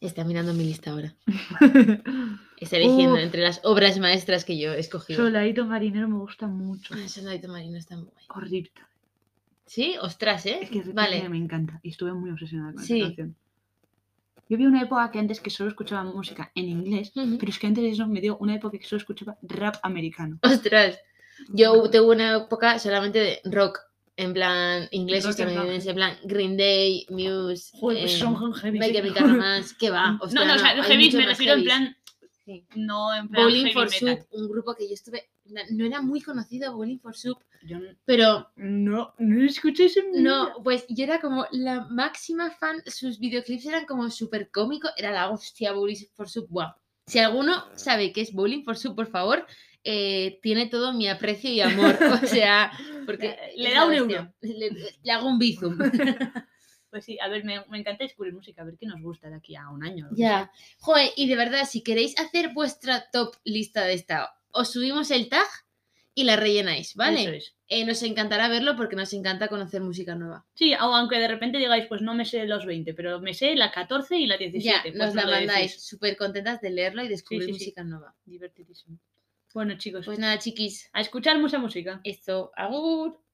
S1: Está mirando mi lista ahora.
S2: [LAUGHS]
S1: Está eligiendo
S2: Uf.
S1: entre las obras maestras que yo he escogido.
S2: Soladito marinero me gusta mucho.
S1: Ah, Soldadito Marino está muy guay.
S2: Horrible.
S1: Sí, ostras, ¿eh?
S2: Es que Rita Ora
S1: vale.
S2: me encanta y estuve muy obsesionada con
S1: Sí.
S2: esa canción. Yo vi una época que antes que solo escuchaba música en inglés,
S1: Ujú.
S2: pero es que antes de eso me dio una época que solo escuchaba rap americano.
S1: [LAUGHS] Ostras. Yo tuve una época solamente de rock. En plan, inglés,
S2: Rock en plan-
S1: estadounidense, en plan, Green Day, Muse,
S2: Joder, pues
S1: eh,
S2: son heavy.
S1: My
S2: sí.
S1: Chemical
S2: [LAUGHS]
S1: Romance, que va.
S2: no,
S1: ostras,
S2: no, o sea,
S1: hay
S2: heavy
S1: muchos
S2: me
S1: más
S2: refiero en
S1: heavies.
S2: plan,
S1: Sí.
S2: no en plan
S1: Bowling
S2: heavy
S1: for
S2: metal.
S1: Soup, un grupo que yo estuve. na- No era muy conocido, Bowling for Soup,
S2: Yo n-
S1: pero
S2: no, no escuché ese
S1: no, pues yo era como la máxima fan. Sus videoclips eran como súper cómicos. Era la hostia, Bowling for Soup, guau. Si alguno sabe qué es Bowling for Soup, por favor, eh, tiene todo mi aprecio y
S2: [LAUGHS]
S1: amor. O sea, porque.
S2: Eh, Le
S1: es
S2: da
S1: la
S2: un
S1: hostia.
S2: euro.
S1: Le, le hago un
S2: [LAUGHS]
S1: bizum.
S2: Pues sí, a ver, me, me encanta descubrir música, a ver qué nos gusta de aquí a un año.
S1: Ya. Joder, y de verdad, si queréis hacer vuestra top lista de esta, os subimos el tag y la rellenáis, ¿vale?
S2: Eso es.
S1: Eh, nos encantará verlo porque nos encanta conocer música nueva.
S2: Sí, o aunque de repente digáis, pues no me sé los 20, pero me sé la 14 y la 17.
S1: ya,
S2: pues
S1: nos la
S2: lo decís.
S1: mandáis. Súper contentas de leerlo y descubrir
S2: sí, sí.
S1: música nueva.
S2: Divertidísimo. Bueno, chicos,
S1: Pues nada, chiquis,
S2: a escuchar mucha música.
S1: esto, agur.